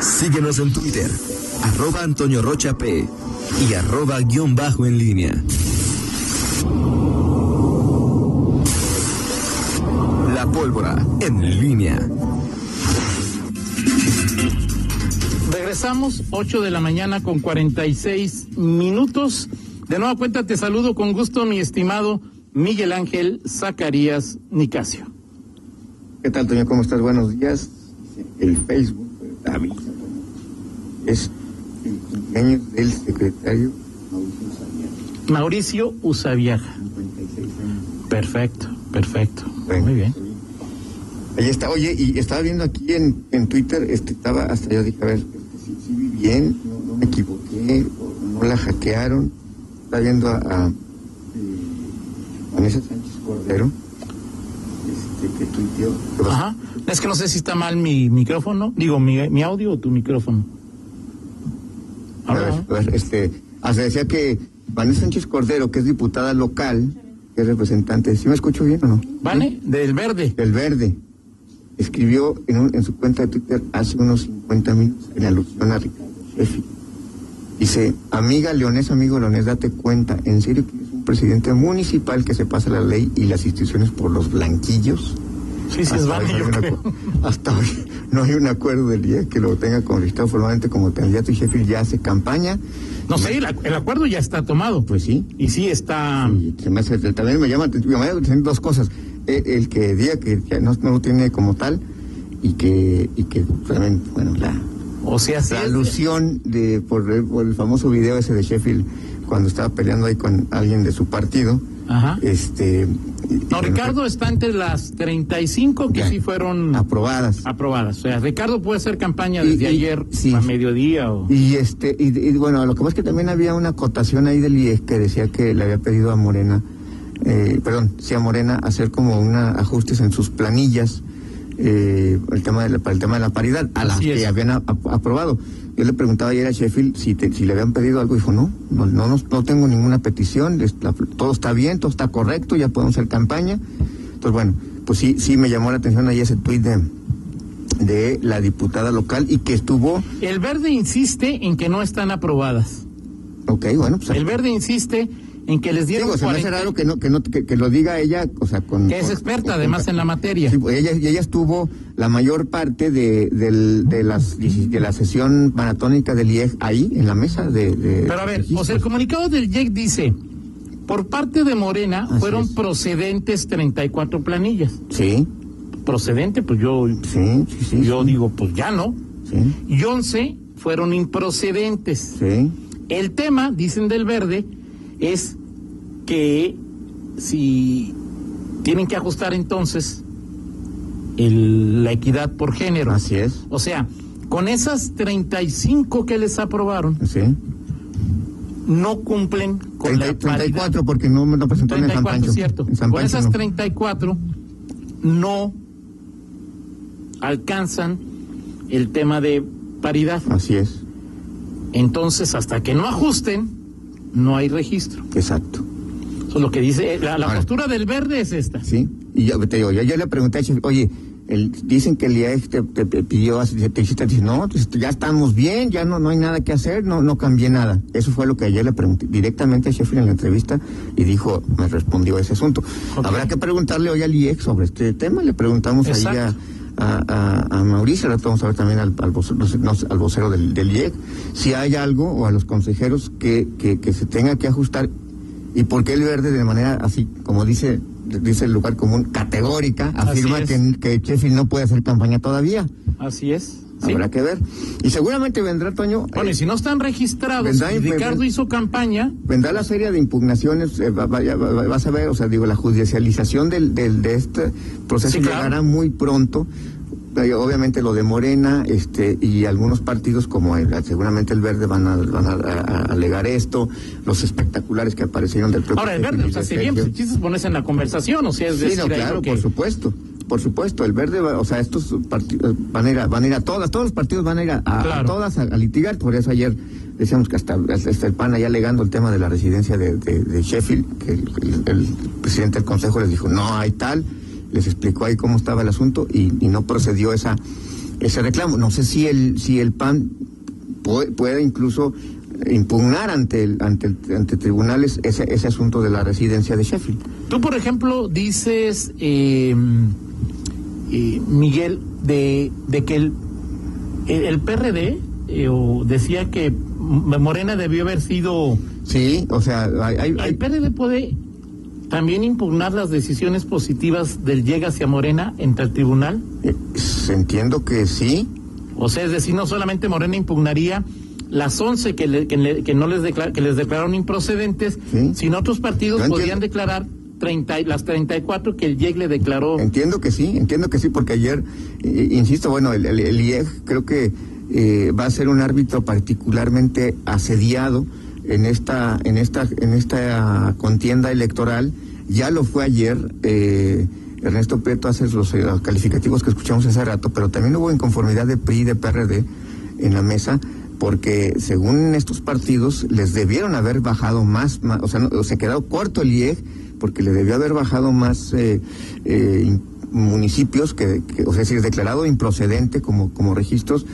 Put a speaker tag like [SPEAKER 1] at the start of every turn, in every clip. [SPEAKER 1] Síguenos en Twitter, arroba Antonio Rocha P y arroba guión bajo en línea. La pólvora en línea.
[SPEAKER 2] Regresamos 8 de la mañana con 46 minutos. De nueva cuenta te saludo con gusto mi estimado Miguel Ángel Zacarías Nicasio.
[SPEAKER 3] ¿Qué tal, Toño? ¿Cómo estás? Buenos días. El Facebook, David, es el cumpleaños del secretario Mauricio Usabiaga.
[SPEAKER 2] Mauricio Usabiaja.
[SPEAKER 3] 56 años.
[SPEAKER 2] Perfecto, perfecto.
[SPEAKER 3] Bueno,
[SPEAKER 2] Muy bien.
[SPEAKER 3] Ahí está, oye, y estaba viendo aquí en, en Twitter, este, estaba, hasta yo dije, a ver, este, sí, sí vi bien, no, no me equivoqué, o no la hackearon. Estaba viendo a, a, eh, Vanessa Sánchez Cordero, este, que tuiteó.
[SPEAKER 2] Ajá. Es que no sé si está mal mi micrófono, digo, mi, mi audio o tu micrófono.
[SPEAKER 3] A ver,
[SPEAKER 2] Ahora,
[SPEAKER 3] a ver, este, ah, se decía que Vanessa Sánchez Cordero, que es diputada local, que es representante, ¿sí me escucho bien o no?
[SPEAKER 2] ¿Vane? Del verde.
[SPEAKER 3] El Verde escribió en, un- en su cuenta de Twitter hace unos 50 minutos en alusión a Ricardo Sheffield. Dice, amiga leonés, amigo leonés, date cuenta, en serio que es un presidente municipal que se pasa la ley y las instituciones por los blanquillos.
[SPEAKER 2] Sí, sí, es
[SPEAKER 3] hasta, hoy
[SPEAKER 2] Vane,
[SPEAKER 3] no Ah, hay
[SPEAKER 2] yo
[SPEAKER 3] un
[SPEAKER 2] creo.
[SPEAKER 3] acu- hasta hoy no hay un acuerdo del día que lo tenga conquistado formalmente como candidato y Sheffield ya hace campaña.
[SPEAKER 2] No sé, el, ac- el acuerdo ya está tomado.
[SPEAKER 3] Pues sí,
[SPEAKER 2] Y sí está.
[SPEAKER 3] Y se me hace- también me llama, me llama la atención dos cosas. E- El, que diga que, que no, no lo tiene como tal y que, y que también, bueno, la,
[SPEAKER 2] O sea, sí.
[SPEAKER 3] la
[SPEAKER 2] es-
[SPEAKER 3] alusión de, por, el, por el famoso video ese de Sheffield cuando estaba peleando ahí con alguien de su partido.
[SPEAKER 2] Ajá.
[SPEAKER 3] Este, y- y
[SPEAKER 2] No,
[SPEAKER 3] que no
[SPEAKER 2] Ricardo está entre las 35 que
[SPEAKER 3] Ya.
[SPEAKER 2] sí fueron
[SPEAKER 3] fueron aprobadas.
[SPEAKER 2] aprobadas. O sea, Ricardo puede hacer campaña
[SPEAKER 3] Y-
[SPEAKER 2] desde
[SPEAKER 3] y-
[SPEAKER 2] ayer
[SPEAKER 3] sí.
[SPEAKER 2] a mediodía o.
[SPEAKER 3] Y este, y, y bueno, lo que pasa es que también había una acotación ahí del IES que decía que le había pedido a Morena, eh, perdón, sí a Morena hacer como una ajustes en sus planillas eh, el tema de la, para el tema de la paridad, a las
[SPEAKER 2] Así es.
[SPEAKER 3] que habían a- ap- aprobado. Yo le preguntaba ayer a Sheffield si, te- si le habían pedido algo, dijo no, no, no, nos- no tengo ninguna petición, es- la- todo está bien, todo está correcto, ya podemos hacer campaña. Entonces bueno, pues sí, sí me llamó la atención ahí ese tuit de, de la diputada local y que estuvo
[SPEAKER 2] El verde insiste en que no están aprobadas.
[SPEAKER 3] Ok, bueno, pues.
[SPEAKER 2] El verde insiste en que les dieron
[SPEAKER 3] Digo, se me hace
[SPEAKER 2] 40
[SPEAKER 3] raro que, no, que, no, que, que lo diga ella, o sea, con.
[SPEAKER 2] que es
[SPEAKER 3] con-
[SPEAKER 2] experta
[SPEAKER 3] con-
[SPEAKER 2] además en la materia.
[SPEAKER 3] Sí, pues, ella, y ella estuvo la mayor parte de, del- de, las, de la sesión maratónica del IEG ahí, en la mesa de. de-
[SPEAKER 2] Pero a ver, o sea, el comunicado del JEC dice, por parte de Morena
[SPEAKER 3] Así
[SPEAKER 2] fueron
[SPEAKER 3] es.
[SPEAKER 2] procedentes 34 planillas.
[SPEAKER 3] Sí,
[SPEAKER 2] Procedente, pues yo,
[SPEAKER 3] sí, sí, sí.
[SPEAKER 2] yo
[SPEAKER 3] sí,
[SPEAKER 2] digo, pues ya no.
[SPEAKER 3] Sí,
[SPEAKER 2] Y 11 fueron improcedentes.
[SPEAKER 3] sí.
[SPEAKER 2] El tema, dicen del verde, es que si tienen que ajustar entonces el- la equidad por género.
[SPEAKER 3] Así es.
[SPEAKER 2] O sea, con esas 35 que les aprobaron,
[SPEAKER 3] Sí.
[SPEAKER 2] no cumplen con
[SPEAKER 3] Treinta y-
[SPEAKER 2] la paridad.
[SPEAKER 3] 34, porque no me lo presentó en San
[SPEAKER 2] 34,
[SPEAKER 3] Pancho.
[SPEAKER 2] cierto.
[SPEAKER 3] En San
[SPEAKER 2] con
[SPEAKER 3] Pancho
[SPEAKER 2] esas
[SPEAKER 3] no.
[SPEAKER 2] 34 no alcanzan el tema de paridad.
[SPEAKER 3] Así es,
[SPEAKER 2] Entonces, hasta que no ajusten, no hay registro.
[SPEAKER 3] exacto.
[SPEAKER 2] Eso es lo que dice. eh, La, la
[SPEAKER 3] Ahora.
[SPEAKER 2] postura del verde es esta.
[SPEAKER 3] Sí, y yo te digo, yo, yo le pregunté, a Chef, oye, el- dicen que el IAEF te, te- te pidió, así, te hiciste, dice, no, pues, ya estamos bien, ya no, no hay nada que hacer, no, no cambié nada. Eso fue lo que ayer le pregunté directamente a Sheffield en la entrevista y dijo, me respondió ese asunto.
[SPEAKER 2] Ok.
[SPEAKER 3] Habrá que preguntarle hoy al IEX sobre este tema, le preguntamos ahí a,
[SPEAKER 2] Exacto.
[SPEAKER 3] a, a- a Mauricio, ahora vamos a ver también al, al vocero, no sé, no sé, al vocero del, del IEC, si hay algo o a los consejeros que, que, que se tenga que ajustar y por qué el verde de manera así, como dice dice el lugar común, categórica,
[SPEAKER 2] Así
[SPEAKER 3] afirma
[SPEAKER 2] es.
[SPEAKER 3] que, que Sheffield no puede hacer campaña todavía.
[SPEAKER 2] Así es. ¿sí?
[SPEAKER 3] Habrá que ver. Y seguramente vendrá, Toño,
[SPEAKER 2] Bueno, y
[SPEAKER 3] eh,
[SPEAKER 2] si no están registrados,
[SPEAKER 3] ¿Verdad?
[SPEAKER 2] y
[SPEAKER 3] Y-
[SPEAKER 2] Ricardo hizo campaña.
[SPEAKER 3] vendrá la serie de impugnaciones, eh, va- vaya- va- va- vas a ver, o sea, digo, la judicialización del, del- de este proceso
[SPEAKER 2] Sí, claro.
[SPEAKER 3] llegará muy pronto. Eh, Obviamente lo de Morena este, y algunos partidos como el- seguramente el Verde van a, van a, a- a alegar esto, los espectaculares que aparecieron del propio
[SPEAKER 2] Ahora, el verde,
[SPEAKER 3] Sheffield
[SPEAKER 2] o sea,
[SPEAKER 3] de
[SPEAKER 2] si bien, pues,
[SPEAKER 3] Sergio.
[SPEAKER 2] el chiste es ponerse en la conversación, o sea, es
[SPEAKER 3] Sí,
[SPEAKER 2] decir,
[SPEAKER 3] no,
[SPEAKER 2] ahí
[SPEAKER 3] claro,
[SPEAKER 2] lo que-
[SPEAKER 3] por supuesto. Por supuesto, el verde, va- o sea, estos partidos van a ir a, van a, ir a todas, todos los partidos van a ir a, a- a
[SPEAKER 2] Claro.
[SPEAKER 3] todas a, a litigar. Por eso ayer decíamos que hasta, hasta el PAN allá alegando el tema de la residencia de, de- de Sheffield, que el, el- el presidente del consejo les dijo, no hay tal, les explicó ahí cómo estaba el asunto y, y no procedió esa ese reclamo. No sé si el, si el PAN puede, puede incluso impugnar ante el, ante, el, ante tribunales ese, ese asunto de la residencia de Sheffield.
[SPEAKER 2] Tú, por ejemplo, dices, eh, eh, Miguel, de, de que el, el, el PRD eh, o decía que Morena debió haber sido...
[SPEAKER 3] Sí, o sea, hay, hay- hay-
[SPEAKER 2] El PRD puede también impugnar las decisiones positivas del llega hacia Morena entre el tribunal.
[SPEAKER 3] eh, entiendo que sí.
[SPEAKER 2] O sea, es decir, no solamente Morena impugnaría las 11 que, le- que, le- que no les, declar- que les declararon improcedentes,
[SPEAKER 3] Sí.
[SPEAKER 2] sino otros partidos
[SPEAKER 3] Yo
[SPEAKER 2] podrían
[SPEAKER 3] entiendo.
[SPEAKER 2] declarar 30, y- las 34 que el YEG le declaró.
[SPEAKER 3] Entiendo que sí, entiendo que sí, porque ayer, eh, insisto, bueno, el, el, el IEG creo que eh, va a ser un árbitro particularmente asediado en esta, en esta, en esta contienda electoral. Ya lo fue ayer. eh, Ernesto Prieto hace los eh, calificativos que escuchamos hace rato, pero también hubo inconformidad de PRI y de PRD en la mesa porque según estos partidos les debieron haber bajado más, ma- o sea, no- se quedó corto el IEG porque le debió haber bajado más eh, eh, in- municipios, que, que- o sea, es decir, declarado improcedente como, como registros,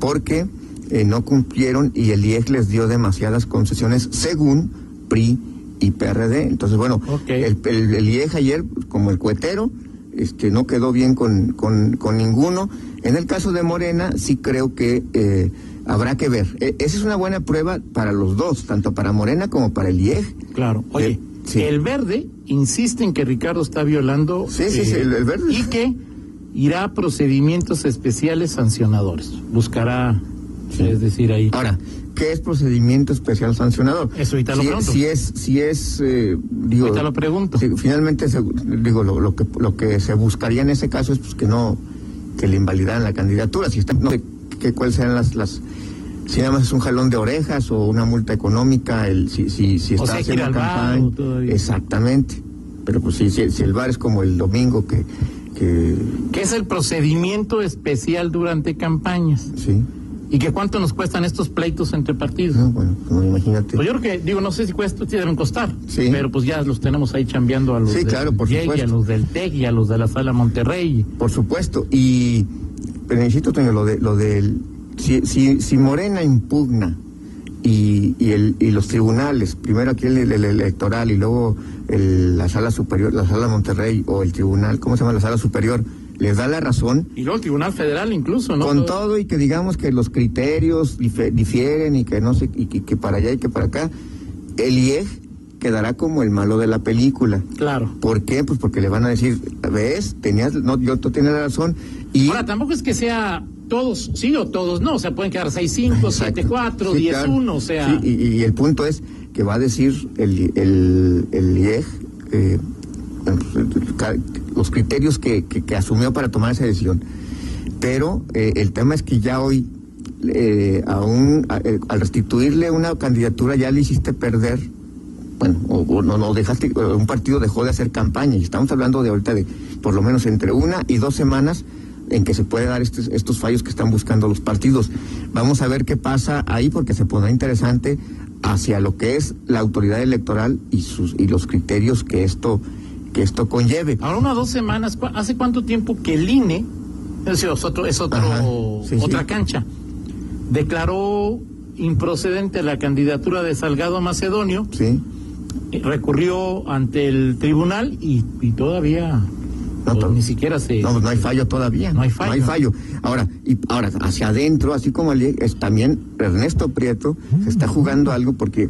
[SPEAKER 3] porque eh, no cumplieron y el IEG les dio demasiadas concesiones según PRI y PRD. Entonces, bueno,
[SPEAKER 2] Ok.
[SPEAKER 3] el, el- el IEG ayer, como el cuetero, este, no quedó bien con, con- con ninguno. En el caso de Morena, sí creo que eh, habrá que ver. E- esa es una buena prueba para los dos, tanto para Morena como para el IEG.
[SPEAKER 2] Claro, oye,
[SPEAKER 3] Eh, sí.
[SPEAKER 2] el verde insiste en que Ricardo está violando eh,
[SPEAKER 3] Sí, sí, sí, el- el verde.
[SPEAKER 2] y que irá a procedimientos especiales sancionadores. Buscará, es decir, ahí.
[SPEAKER 3] Ahora, ¿qué es procedimiento especial sancionador?
[SPEAKER 2] Eso ahorita lo
[SPEAKER 3] si,
[SPEAKER 2] pregunto.
[SPEAKER 3] si es, si es, eh, digo,
[SPEAKER 2] Ahorita lo pregunto.
[SPEAKER 3] si- finalmente, se- digo, lo, lo que lo que se buscaría en ese caso es pues, que no que le invalidaran la candidatura. Si está, no sé qué- cuáles sean las, las si nada más es un jalón de orejas o una multa económica, el si si, si
[SPEAKER 2] O
[SPEAKER 3] está
[SPEAKER 2] sea, hay que ir
[SPEAKER 3] haciendo
[SPEAKER 2] al bar
[SPEAKER 3] campaña,
[SPEAKER 2] o todavía.
[SPEAKER 3] exactamente. Pero pues sí, si, si el bar es como el domingo que que
[SPEAKER 2] que es el procedimiento especial durante campañas.
[SPEAKER 3] sí,
[SPEAKER 2] ¿Y que cuánto nos cuestan estos pleitos entre partidos?
[SPEAKER 3] no, bueno, no, imagínate.
[SPEAKER 2] Pues yo creo que, digo, no sé si cuesta, si deben costar,
[SPEAKER 3] Este, Sí.
[SPEAKER 2] pero pues ya los tenemos ahí chambeando a los
[SPEAKER 3] Sí,
[SPEAKER 2] del
[SPEAKER 3] claro, por
[SPEAKER 2] YEG y a
[SPEAKER 3] supuesto.
[SPEAKER 2] los del TEC y a los de la Sala Monterrey.
[SPEAKER 3] Por supuesto, y pero insisto, Toño, lo de lo del si, si, si Morena impugna y, y el y los tribunales, primero aquí el, el- el electoral y luego el- la sala superior, la sala Monterrey o el tribunal, ¿cómo se llama? La sala superior, les da la razón.
[SPEAKER 2] Y luego el Tribunal Federal incluso, ¿no?
[SPEAKER 3] Con todo y que digamos que los criterios dife- difieren y que no sé, y que, que para allá y que para acá, el IEG quedará como el malo de la película.
[SPEAKER 2] Claro.
[SPEAKER 3] ¿Por qué? Pues porque le van a decir, ves, tenías, no, yo tú tienes la razón. Y
[SPEAKER 2] Ahora, tampoco es que sea todos sí o todos no, o sea, pueden quedar 6-5,
[SPEAKER 3] Exacto.
[SPEAKER 2] 7-4,
[SPEAKER 3] Sí,
[SPEAKER 2] 10-1,
[SPEAKER 3] claro.
[SPEAKER 2] o sea...
[SPEAKER 3] Sí, y, y el punto es que va a decir el, el, el IEG eh, ca- los criterios que, que- que asumió para tomar esa decisión. Pero eh, el tema es que ya hoy, eh, aún a- eh, al restituirle una candidatura, ya le hiciste perder. Bueno, o, o no, no dejaste, o un partido dejó de hacer campaña, y estamos hablando de ahorita de por lo menos entre una y dos semanas en que se puede dar estos, estos fallos que están buscando los partidos. Vamos a ver qué pasa ahí porque se pondrá interesante hacia lo que es la autoridad electoral y sus y los criterios que esto que esto conlleve.
[SPEAKER 2] Ahora una o dos semanas, ¿cu- ¿hace cuánto tiempo que el INE, es, decir, es otro, es otro-
[SPEAKER 3] Ajá, sí,
[SPEAKER 2] otra
[SPEAKER 3] sí.
[SPEAKER 2] cancha, declaró improcedente la candidatura de Salgado Macedonio,
[SPEAKER 3] Sí.
[SPEAKER 2] eh, recurrió ante el tribunal y, y todavía pues,
[SPEAKER 3] pero-
[SPEAKER 2] ni siquiera se...
[SPEAKER 3] No, pues no hay fallo todavía.
[SPEAKER 2] No hay fallo.
[SPEAKER 3] fallo. Ahora, y ahora hacia adentro, así como el- es también Ernesto Prieto
[SPEAKER 2] Mm.
[SPEAKER 3] se está jugando algo porque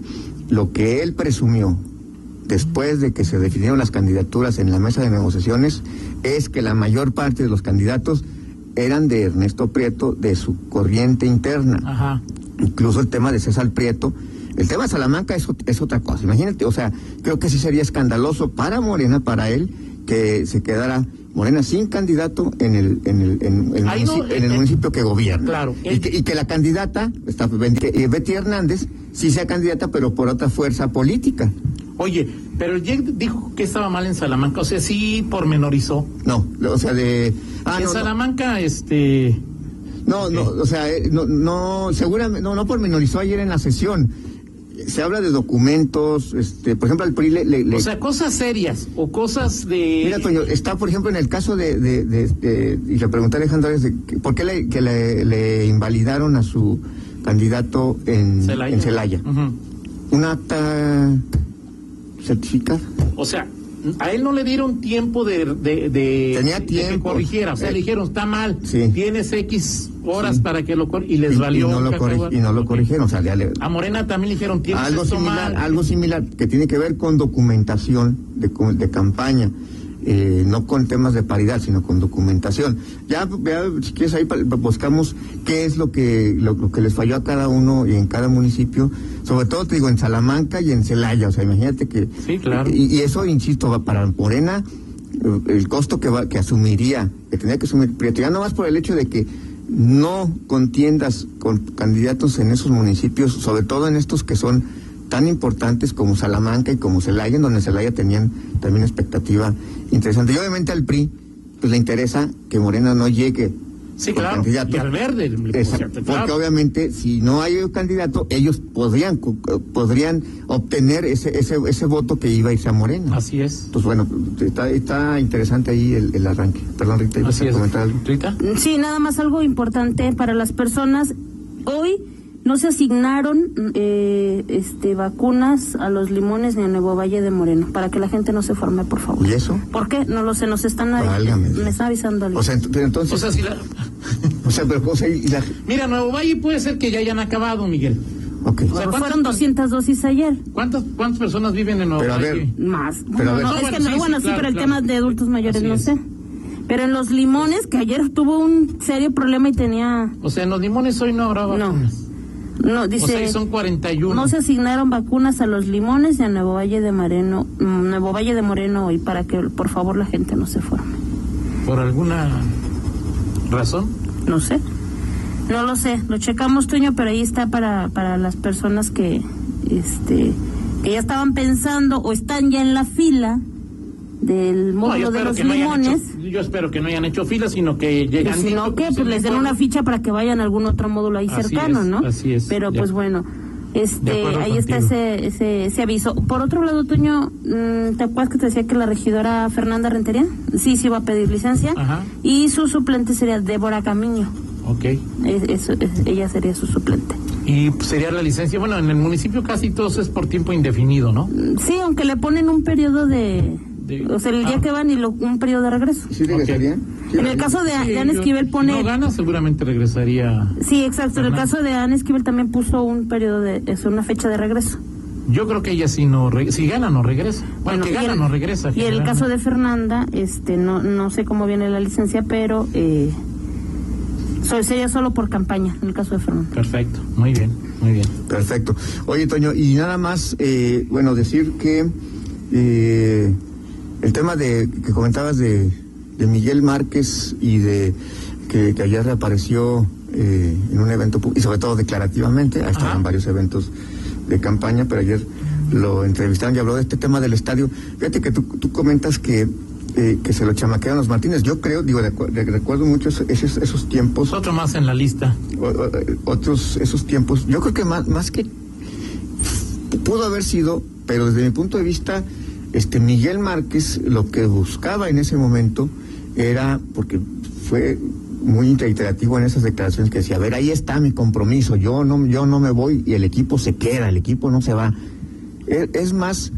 [SPEAKER 3] lo que él presumió después de que se definieron las candidaturas en la mesa de negociaciones es que la mayor parte de los candidatos eran de Ernesto Prieto, de su corriente interna
[SPEAKER 2] Ajá.
[SPEAKER 3] incluso el tema de César Prieto. El tema de Salamanca es, ot- es otra cosa. Imagínate, o sea, creo que sí sería escandaloso para Morena, para él, que se quedara Morena sin candidato en el, en el, en, en el
[SPEAKER 2] Ahí no,
[SPEAKER 3] municipio, en
[SPEAKER 2] eh,
[SPEAKER 3] el
[SPEAKER 2] eh,
[SPEAKER 3] municipio que gobierna.
[SPEAKER 2] claro, eh.
[SPEAKER 3] Y
[SPEAKER 2] él-
[SPEAKER 3] que, y que la candidata, está, que, eh, Betty Hernández, sí sea candidata, pero por otra fuerza política.
[SPEAKER 2] Oye, pero el Jack dijo que estaba mal en Salamanca, o sea, sí pormenorizó.
[SPEAKER 3] No, o sea, de. Ah,
[SPEAKER 2] en
[SPEAKER 3] no, no.
[SPEAKER 2] Salamanca, este...
[SPEAKER 3] No, no, o sea, eh, no, no, seguramente, no, no pormenorizó ayer en la sesión. se habla de documentos, este, por ejemplo, al PRI le... le- le-
[SPEAKER 2] O sea, cosas serias o cosas de...
[SPEAKER 3] Mira, Toño, está, por ejemplo, en el caso de... de- de- de- y le pregunté a Alejandro Arias de que- por qué le, que le, le invalidaron a su candidato en
[SPEAKER 2] Celaya.
[SPEAKER 3] en Celaya.
[SPEAKER 2] Ujú.
[SPEAKER 3] Una acta certificada.
[SPEAKER 2] O sea, a él no le dieron tiempo de, de, de-
[SPEAKER 3] Tenía
[SPEAKER 2] de que
[SPEAKER 3] tiempo.
[SPEAKER 2] corrigiera. O sea,
[SPEAKER 3] Eh,
[SPEAKER 2] le dijeron, está mal,
[SPEAKER 3] sí.
[SPEAKER 2] tienes X horas para que lo corrija. Y
[SPEAKER 3] Y,
[SPEAKER 2] les
[SPEAKER 3] y
[SPEAKER 2] valió.
[SPEAKER 3] no
[SPEAKER 2] un
[SPEAKER 3] lo corri-
[SPEAKER 2] cacahuate.
[SPEAKER 3] y no lo
[SPEAKER 2] Ok.
[SPEAKER 3] corrigieron, o sea, ya le-
[SPEAKER 2] A Morena también le dijeron, tienes
[SPEAKER 3] algo
[SPEAKER 2] esto
[SPEAKER 3] similar,
[SPEAKER 2] mal.
[SPEAKER 3] algo similar que tiene que ver con documentación de, co- de campaña, eh, no con temas de paridad, sino con documentación. Ya, ya, si quieres ahí pa- buscamos qué es lo que lo, lo que les falló a cada uno y en cada municipio, sobre todo te digo en Salamanca y en Celaya, o sea, imagínate que
[SPEAKER 2] Sí, claro.
[SPEAKER 3] y, y eso insisto va para Morena eh, el costo que va que asumiría, que tendría que asumir Prieto, ya no más por el hecho de que no contiendas con candidatos en esos municipios, sobre todo en estos que son tan importantes como Salamanca y como Celaya, en donde Celaya tenían también expectativa interesante. Y obviamente al PRI pues le interesa que Morena no llegue
[SPEAKER 2] Sí,
[SPEAKER 3] con
[SPEAKER 2] claro.
[SPEAKER 3] candidatos.
[SPEAKER 2] Y al verde. por
[SPEAKER 3] Exacto,
[SPEAKER 2] cierto,
[SPEAKER 3] porque
[SPEAKER 2] claro.
[SPEAKER 3] obviamente si no hay un candidato, ellos podrían cu- eh, podrían obtener ese, ese, ese voto que iba a irse a Morena.
[SPEAKER 2] Así es.
[SPEAKER 3] Pues bueno, está, está interesante ahí el, el arranque. Perdón, Rita, ¿ibas
[SPEAKER 2] Así
[SPEAKER 3] a
[SPEAKER 2] es.
[SPEAKER 3] comentar algo?
[SPEAKER 2] ¿Rita?
[SPEAKER 4] Sí, nada más algo importante para las personas. Hoy no se asignaron eh, este, vacunas a los limones ni a Nuevo Valle de Moreno, para que la gente no se forme, por favor.
[SPEAKER 3] ¿Y eso?
[SPEAKER 4] ¿Por qué? No lo sé, nos están avi-
[SPEAKER 3] Válgame.
[SPEAKER 4] me está avisando alguien.
[SPEAKER 3] O sea, ent- pero entonces,
[SPEAKER 2] O sea, si la-
[SPEAKER 3] o sea, pero o sea, y la-
[SPEAKER 2] Mira, Nuevo Valle puede ser que ya hayan acabado, Miguel.
[SPEAKER 3] ok.
[SPEAKER 2] o sea,
[SPEAKER 4] Pero
[SPEAKER 2] ¿cuántas-
[SPEAKER 4] fueron 200 dosis ayer.
[SPEAKER 2] ¿Cuántas, ¿Cuántas personas viven en Nuevo
[SPEAKER 3] Pero a
[SPEAKER 2] Valle?
[SPEAKER 3] ver,
[SPEAKER 4] Más.
[SPEAKER 3] Pero a
[SPEAKER 4] no,
[SPEAKER 3] ver.
[SPEAKER 4] no,
[SPEAKER 2] Ah,
[SPEAKER 4] es
[SPEAKER 2] bueno,
[SPEAKER 4] que no,
[SPEAKER 2] sí,
[SPEAKER 4] bueno,
[SPEAKER 2] sí,
[SPEAKER 4] sí,
[SPEAKER 2] claro,
[SPEAKER 4] pero el
[SPEAKER 2] claro.
[SPEAKER 4] tema de adultos mayores
[SPEAKER 2] Así
[SPEAKER 4] no
[SPEAKER 2] es.
[SPEAKER 4] sé. Pero en los limones, que ayer tuvo un serio problema y tenía.
[SPEAKER 2] O sea, en los limones hoy no habrá
[SPEAKER 4] No.
[SPEAKER 2] vacunas.
[SPEAKER 4] No,
[SPEAKER 2] o
[SPEAKER 4] dice.
[SPEAKER 2] sea, ahí son 41.
[SPEAKER 4] No se asignaron vacunas a los limones y a Nuevo Valle de Moreno, mm, Nuevo Valle de Moreno hoy para que por favor la gente no se forme.
[SPEAKER 2] ¿Por alguna razón?
[SPEAKER 4] No sé. No lo sé, lo checamos Toño, pero ahí está para, para las personas que este que ya estaban pensando o están ya en la fila del
[SPEAKER 2] No, yo
[SPEAKER 4] módulo de
[SPEAKER 2] espero
[SPEAKER 4] los
[SPEAKER 2] que no hayan
[SPEAKER 4] limones.
[SPEAKER 2] hecho- yo espero que no hayan hecho fila, sino que
[SPEAKER 4] Y
[SPEAKER 2] llegan.
[SPEAKER 4] si no, ¿qué? Pues les den una ficha para que vayan a algún otro módulo ahí
[SPEAKER 2] Así
[SPEAKER 4] cercano,
[SPEAKER 2] es,
[SPEAKER 4] ¿no?
[SPEAKER 2] así es,
[SPEAKER 4] Pero
[SPEAKER 2] ya.
[SPEAKER 4] pues bueno, este,
[SPEAKER 2] De
[SPEAKER 4] ahí
[SPEAKER 2] acuerdo
[SPEAKER 4] está
[SPEAKER 2] contigo.
[SPEAKER 4] ese, ese, ese aviso. Por otro lado, Toño, mm, ¿te acuerdas que te decía que la regidora Fernanda Rentería? Sí, sí va a pedir licencia.
[SPEAKER 2] Ajá.
[SPEAKER 4] Y su suplente sería Débora Camiño.
[SPEAKER 2] Ok.
[SPEAKER 4] Es- eso, es- ella sería su suplente.
[SPEAKER 2] Y sería la licencia. Bueno, en el municipio casi todo eso es por tiempo indefinido, ¿no?
[SPEAKER 4] Mm, Sí, aunque le ponen un periodo de...
[SPEAKER 2] De-
[SPEAKER 4] o sea, el día
[SPEAKER 2] ah.
[SPEAKER 4] que van y lo- un periodo de regreso.
[SPEAKER 3] ¿Sí regresarían? Sí,
[SPEAKER 4] en el caso de, de Ana
[SPEAKER 2] yo-
[SPEAKER 4] Esquivel pone...
[SPEAKER 2] Si no gana, seguramente regresaría.
[SPEAKER 4] Sí, exacto. En el
[SPEAKER 2] Fernanda.
[SPEAKER 4] caso de Ana Esquivel también puso un periodo de, es una fecha de regreso.
[SPEAKER 2] Yo creo que ella sí no. re- Si gana, no regresa. Bueno, que
[SPEAKER 4] y
[SPEAKER 2] gana,
[SPEAKER 4] el-
[SPEAKER 2] no regresa.
[SPEAKER 4] Y en el caso de Fernanda, este, no, no sé cómo viene la licencia, pero eh, so- sería solo por campaña, en el caso de Fernanda.
[SPEAKER 2] Perfecto. Muy bien, muy bien.
[SPEAKER 3] Perfecto. Oye, Toño, y nada más, eh, bueno, decir que eh, el tema de que comentabas de, de Miguel Márquez y de que, que ayer reapareció eh, en un evento, pu- y sobre todo declarativamente, ahí estaban
[SPEAKER 2] Ajá.
[SPEAKER 3] varios eventos de campaña, pero ayer lo entrevistaron y habló de este tema del estadio. Fíjate que tú, tú comentas que, eh, que se lo chamaquearon los Martínez. Yo creo, digo, de acu- de- recuerdo mucho esos- esos, esos tiempos
[SPEAKER 2] Pues otro más en la lista.
[SPEAKER 3] o- o- otros esos tiempos. Yo creo que más, más que pudo haber sido, pero desde mi punto de vista, este Miguel Márquez lo que buscaba en ese momento era, porque fue muy reiterativo en esas declaraciones que decía, a ver, ahí está mi compromiso, yo no, yo no me voy y el equipo se queda, el equipo no se va. E- Es más,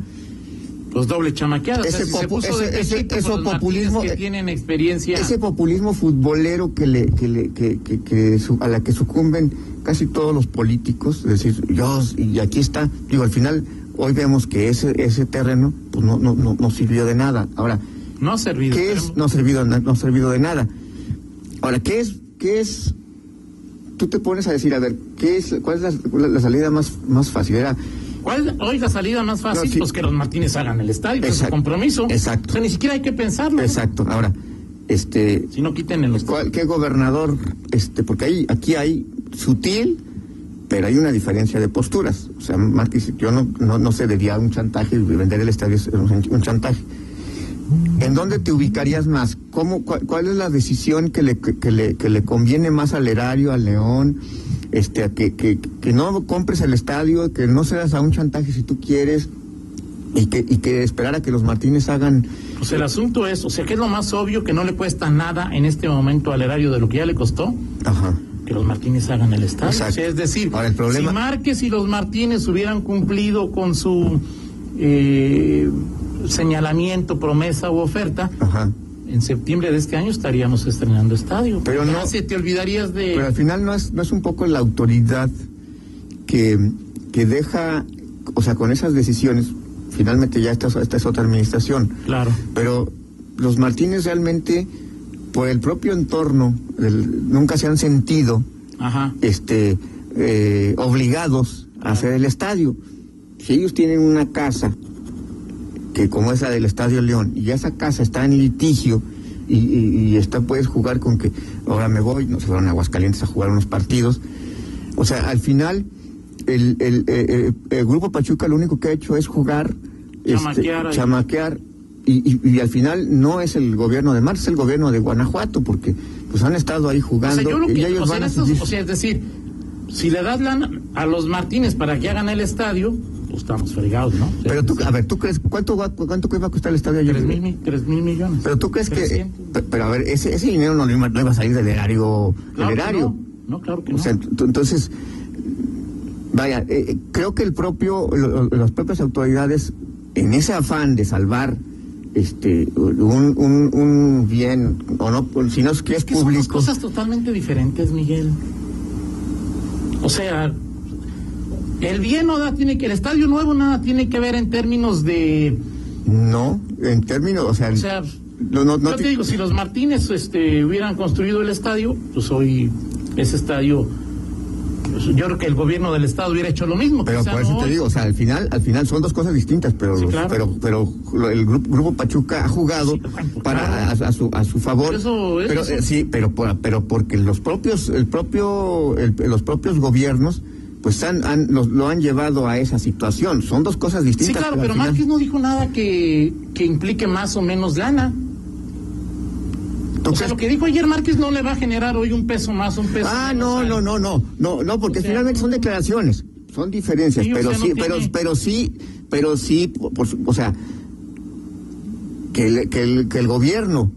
[SPEAKER 2] Pues doble chamaqueada.
[SPEAKER 3] Ese
[SPEAKER 2] si se
[SPEAKER 3] popu-
[SPEAKER 2] puso de
[SPEAKER 3] ese- ese-
[SPEAKER 2] pechito con
[SPEAKER 3] eso
[SPEAKER 2] los Martínez
[SPEAKER 3] populismo- eh,
[SPEAKER 2] Que tienen experiencia.
[SPEAKER 3] ese populismo futbolero que le, que le- que, que- que su- a la que sucumben casi todos los políticos, es decir, yo y aquí está, digo, al final hoy vemos que ese ese terreno pues no no no, no sirvió de nada. Ahora,
[SPEAKER 2] No ha servido.
[SPEAKER 3] ¿qué es
[SPEAKER 2] esperemos.
[SPEAKER 3] no ha servido na- no ha servido de nada? Ahora, ¿qué es qué es tú te pones a decir, a ver, ¿qué es cuál es la, la- la salida más más fácil? Era
[SPEAKER 2] ¿Cuál hoy la salida más fácil?
[SPEAKER 3] No, sí.
[SPEAKER 2] Pues que los Martínez hagan el estadio, es su
[SPEAKER 3] Exacto.
[SPEAKER 2] compromiso.
[SPEAKER 3] Exacto.
[SPEAKER 2] O sea, ni siquiera hay que pensarlo.
[SPEAKER 3] exacto. Ahora, este
[SPEAKER 2] Si no quiten el estadio.
[SPEAKER 3] ¿Cuál- ¿Qué gobernador? Este, porque ahí, aquí hay sutil, pero hay una diferencia de posturas. O sea, Márquez, yo no, no, no cedería a un chantaje, y vender el estadio es un, un chantaje. ¿En dónde te ubicarías más? ¿Cómo, cuál, cuál es la decisión que le, que, que le, que le conviene más al erario, al león, este, a que, que, que no compres el estadio, que no cedas a un chantaje si tú quieres, y que, y que esperar a que los Martínez hagan...
[SPEAKER 2] Pues el asunto es, o sea, que es lo más obvio que no le cuesta nada en este momento al erario de lo que ya le costó?
[SPEAKER 3] Ajá.
[SPEAKER 2] Que los Martínez hagan el estadio.
[SPEAKER 3] Exacto.
[SPEAKER 2] O sea, es decir,
[SPEAKER 3] Ahora, el problema-
[SPEAKER 2] si Márquez y los Martínez hubieran cumplido con su eh, señalamiento, promesa u oferta,
[SPEAKER 3] Ajá.
[SPEAKER 2] en septiembre de este año estaríamos estrenando estadio.
[SPEAKER 3] Pero
[SPEAKER 2] Ya
[SPEAKER 3] no-
[SPEAKER 2] se te olvidarías de...
[SPEAKER 3] Pero al final no es, no es un poco la autoridad que, que deja, o sea, con esas decisiones, finalmente ya esta, es- esta es otra administración,
[SPEAKER 2] Claro.
[SPEAKER 3] pero los Martínez realmente, por el propio entorno, el- nunca se han sentido
[SPEAKER 2] Ajá.
[SPEAKER 3] este, eh, obligados a hacer el estadio. Si ellos tienen una casa, que como es la del Estadio León, y esa casa está en litigio, y, y- y está, puedes jugar con que ahora me voy, no se fueron a Aguascalientes a jugar unos partidos. O sea, al final, el, el- eh, eh, el Grupo Pachuca lo único que ha hecho es jugar, este,
[SPEAKER 2] Chamaquear ahí.
[SPEAKER 3] chamaquear, y, y- y al final no es el gobierno de Marte, es el gobierno de Guanajuato, porque pues han estado ahí
[SPEAKER 2] O
[SPEAKER 3] jugando
[SPEAKER 2] sea, yo lo
[SPEAKER 3] y
[SPEAKER 2] que,
[SPEAKER 3] ellos
[SPEAKER 2] o sea,
[SPEAKER 3] van a
[SPEAKER 2] estos-
[SPEAKER 3] seguir.
[SPEAKER 2] o sea, es decir, si le das lana a los Martínez para que hagan el estadio, pues estamos fregados, ¿no? O sea,
[SPEAKER 3] Pero tú, a ver, ¿tú crees cuánto va- cuánto iba a costar el estadio ayer?
[SPEAKER 2] tres mil, mi- tres mil millones.
[SPEAKER 3] Pero tú crees que,
[SPEAKER 2] 300.
[SPEAKER 3] pe- pero a ver, ese, ese dinero no le iba no iba a salir del erario, del
[SPEAKER 2] Claro que
[SPEAKER 3] erario.
[SPEAKER 2] No, no, claro que no.
[SPEAKER 3] O sea, t- t- entonces, vaya, eh, eh, creo que el propio, lo- lo- las propias autoridades, en ese afán de salvar este un, un, un bien o no, si no es que es
[SPEAKER 2] es que son dos
[SPEAKER 3] público,
[SPEAKER 2] cosas totalmente diferentes, Miguel. O sea, el bien no da, tiene que, el estadio nuevo nada tiene que ver en términos de,
[SPEAKER 3] no, en términos, o sea,
[SPEAKER 2] o sea,
[SPEAKER 3] no, no, no
[SPEAKER 2] yo te
[SPEAKER 3] ti-
[SPEAKER 2] digo, si los Martínez este, hubieran construido el estadio, pues hoy ese estadio, pues, yo creo que el gobierno del estado hubiera hecho lo mismo.
[SPEAKER 3] Pero
[SPEAKER 2] quizá
[SPEAKER 3] por eso
[SPEAKER 2] no
[SPEAKER 3] te
[SPEAKER 2] hoy.
[SPEAKER 3] digo, o sea, al final, al final son dos cosas distintas, pero,
[SPEAKER 2] Sí,
[SPEAKER 3] los-
[SPEAKER 2] claro.
[SPEAKER 3] pero, pero lo- el grupo, grupo Pachuca ha jugado
[SPEAKER 2] Sí, bueno, pues,
[SPEAKER 3] para
[SPEAKER 2] claro.
[SPEAKER 3] a, a su, a su favor.
[SPEAKER 2] Pero eso es-
[SPEAKER 3] Pero, eh, sí, pero por- pero porque los propios, el propio, el- los propios gobiernos, pues han, han- los- lo han llevado a esa situación. Son dos cosas
[SPEAKER 2] Sí,
[SPEAKER 3] distintas.
[SPEAKER 2] claro,
[SPEAKER 3] al
[SPEAKER 2] pero
[SPEAKER 3] final-
[SPEAKER 2] Márquez no dijo nada que, que implique más o menos lana.
[SPEAKER 3] ¿Tú
[SPEAKER 2] O sea,
[SPEAKER 3] crees
[SPEAKER 2] lo que dijo ayer Márquez no le va a generar hoy un peso más, un peso
[SPEAKER 3] Ah,
[SPEAKER 2] menos
[SPEAKER 3] no,
[SPEAKER 2] al-
[SPEAKER 3] no, no, no, no, no, porque
[SPEAKER 2] O sea,
[SPEAKER 3] finalmente son declaraciones, son diferencias,
[SPEAKER 2] Sí, o
[SPEAKER 3] pero
[SPEAKER 2] sea, no
[SPEAKER 3] sí,
[SPEAKER 2] tiene-
[SPEAKER 3] pero, pero sí, pero sí, po- por su- o sea, que el, que, el, que el gobierno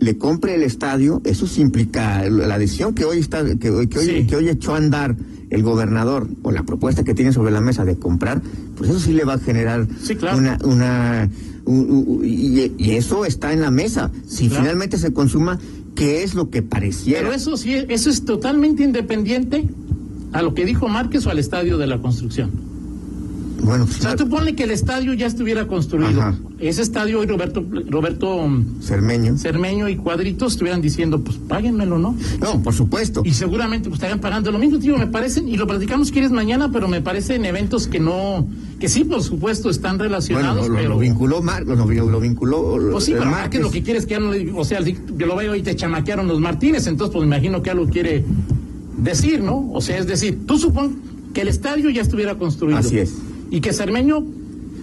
[SPEAKER 3] le compre el estadio, eso sí implica la decisión que hoy está, que hoy, que hoy,
[SPEAKER 2] Sí.
[SPEAKER 3] que hoy echó a andar el gobernador o la propuesta que tiene sobre la mesa de comprar, pues eso sí le va a generar
[SPEAKER 2] Sí, claro.
[SPEAKER 3] una, una un- un- y, y eso está en la mesa. Si
[SPEAKER 2] Claro.
[SPEAKER 3] finalmente se consuma, ¿qué es lo que pareciera?
[SPEAKER 2] Pero eso sí, eso es totalmente independiente a lo que dijo Márquez o al estadio de la construcción.
[SPEAKER 3] Bueno, pues,
[SPEAKER 2] O sea, tú ponle que el estadio ya estuviera construido.
[SPEAKER 3] Ajá.
[SPEAKER 2] Ese estadio hoy Roberto, Roberto mm,
[SPEAKER 3] Cermeño.
[SPEAKER 2] Cermeño y Cuadritos estuvieran diciendo, pues páguenmelo, ¿no?
[SPEAKER 3] No, por supuesto.
[SPEAKER 2] Y seguramente pues, estarían pagando lo mismo, tío, me parecen, y lo platicamos quieres mañana, pero me parecen eventos que no, que sí, por supuesto, están
[SPEAKER 3] Bueno,
[SPEAKER 2] relacionados,
[SPEAKER 3] lo, lo-
[SPEAKER 2] pero...
[SPEAKER 3] lo vinculó Marcos, lo, lo vinculó. lo-
[SPEAKER 2] Pues sí,
[SPEAKER 3] el
[SPEAKER 2] pero Márquez
[SPEAKER 3] Márquez.
[SPEAKER 2] lo que quiere es que ya no le- o sea, si yo lo veo y te chamaquearon los Martínez, entonces pues me imagino que algo quiere decir, ¿no? O sea, es decir, tú supón que el estadio ya estuviera construido.
[SPEAKER 3] Así es.
[SPEAKER 2] Y que Cermeño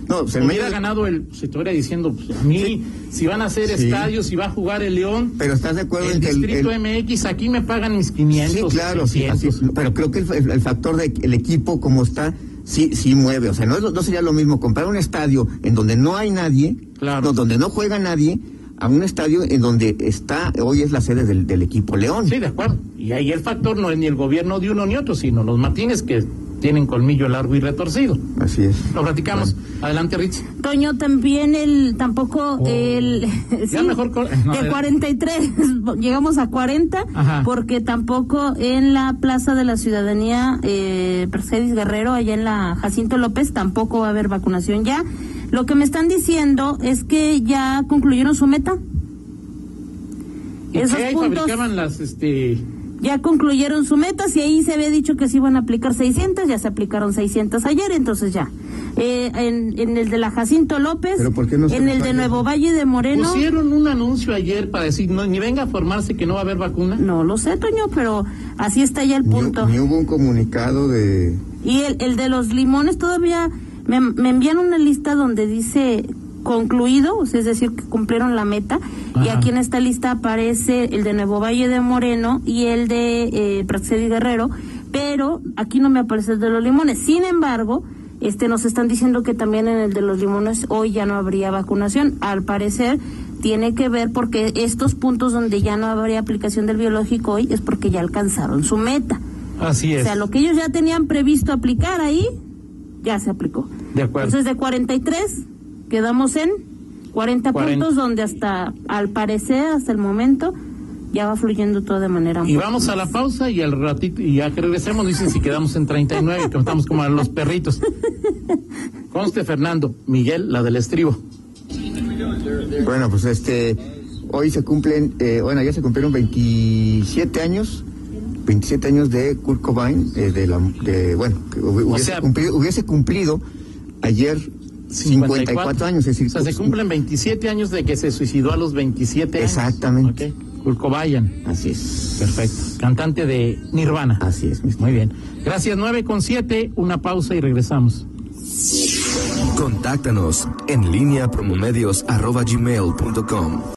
[SPEAKER 3] No,
[SPEAKER 2] hubiera
[SPEAKER 3] Cermeño.
[SPEAKER 2] ganado el, se estuviera diciendo, pues, a mí,
[SPEAKER 3] Sí.
[SPEAKER 2] si van a hacer
[SPEAKER 3] Sí.
[SPEAKER 2] estadios, si va a jugar el León,
[SPEAKER 3] Pero estás de acuerdo
[SPEAKER 2] el
[SPEAKER 3] en que el.
[SPEAKER 2] Distrito
[SPEAKER 3] el-
[SPEAKER 2] MX, aquí me pagan mis 500.
[SPEAKER 3] sí, claro, sí,
[SPEAKER 2] 600.
[SPEAKER 3] así es. Pero creo que el, el- el factor del equipo como está. Sí, sí mueve, o sea, no, es lo- no sería lo mismo comprar un estadio en donde no hay nadie,
[SPEAKER 2] Claro.
[SPEAKER 3] no, donde no juega nadie, a un estadio en donde está, hoy es la sede del, del equipo León.
[SPEAKER 2] Sí, de acuerdo. Y ahí el factor no es ni el gobierno de uno ni otro, sino los Martínez que tienen colmillo largo y retorcido.
[SPEAKER 3] Así es.
[SPEAKER 2] Lo platicamos. Adelante, Rich.
[SPEAKER 4] Toño, también el, tampoco
[SPEAKER 2] Oh.
[SPEAKER 4] el,
[SPEAKER 2] Ya mejor cor- eh, no,
[SPEAKER 4] de
[SPEAKER 2] adelante.
[SPEAKER 4] 43, llegamos a 40,
[SPEAKER 2] Ajá.
[SPEAKER 4] porque tampoco en la Plaza de la Ciudadanía, eh, Mercedes Guerrero, allá en la Jacinto López, tampoco va a haber vacunación ya. Lo que me están diciendo es que ya concluyeron su meta.
[SPEAKER 2] ¿Y
[SPEAKER 4] Esos
[SPEAKER 2] qué? Ahí
[SPEAKER 4] puntos-
[SPEAKER 2] fabricaban las, este...
[SPEAKER 4] Ya concluyeron su meta, si ahí se había dicho que se iban a aplicar 600, ya se aplicaron 600 ayer, entonces ya. Eh, en, en el de la Jacinto López,
[SPEAKER 3] Pero ¿por qué no se
[SPEAKER 4] en el de
[SPEAKER 3] reparten?
[SPEAKER 4] Nuevo Valle de Moreno,
[SPEAKER 2] Pusieron un anuncio ayer para decir, no, ni venga a formarse que no va a haber vacuna.
[SPEAKER 4] no lo sé, Toño, pero así está ya el
[SPEAKER 3] Ni-
[SPEAKER 4] punto.
[SPEAKER 3] ni hubo un comunicado de,
[SPEAKER 4] Y el, el de los limones todavía me, me envían una lista donde dice concluido, o sea, es decir, que cumplieron la meta. Y
[SPEAKER 2] Ajá.
[SPEAKER 4] aquí en esta lista aparece el de Nuevo Valle de Moreno y el de eh, Praxedis Guerrero, pero aquí no me aparece el de los limones. Sin embargo, este nos están diciendo que también en el de los limones hoy ya no habría vacunación. Al parecer tiene que ver porque estos puntos donde ya no habría aplicación del biológico hoy es porque ya alcanzaron su meta.
[SPEAKER 2] Así es.
[SPEAKER 4] O sea, lo que ellos ya tenían previsto aplicar ahí ya se aplicó.
[SPEAKER 2] De acuerdo.
[SPEAKER 4] Entonces de 43 quedamos en 40,
[SPEAKER 2] Cuarenta.
[SPEAKER 4] puntos donde hasta al parecer hasta el momento ya va fluyendo todo de manera
[SPEAKER 2] Y vamos a la pausa y al ratito, y ya que regresemos, dicen si quedamos en 39, que estamos como a los perritos. Conste Fernando, Miguel, la del estribo.
[SPEAKER 3] Bueno, pues este, hoy se cumplen, eh, bueno, ya se cumplieron 27 años, 27 años de Kurt Cobain, eh, de la, de, bueno, que hubi- hubiese,
[SPEAKER 2] sea-
[SPEAKER 3] cumplido, hubiese cumplido ayer 54, años, es decir,
[SPEAKER 2] O sea, se
[SPEAKER 3] pues,
[SPEAKER 2] cumplen 27 años de que se suicidó a los 27 años.
[SPEAKER 3] Exactamente.
[SPEAKER 2] Ok. Kulkobayan,
[SPEAKER 3] Así es,
[SPEAKER 2] perfecto. Cantante de Nirvana.
[SPEAKER 3] así es, mi
[SPEAKER 2] Muy
[SPEAKER 3] estimado.
[SPEAKER 2] bien. Gracias, 9 con 7. Una pausa y regresamos.
[SPEAKER 1] Contáctanos en línea promomedios arroba gmail punto com.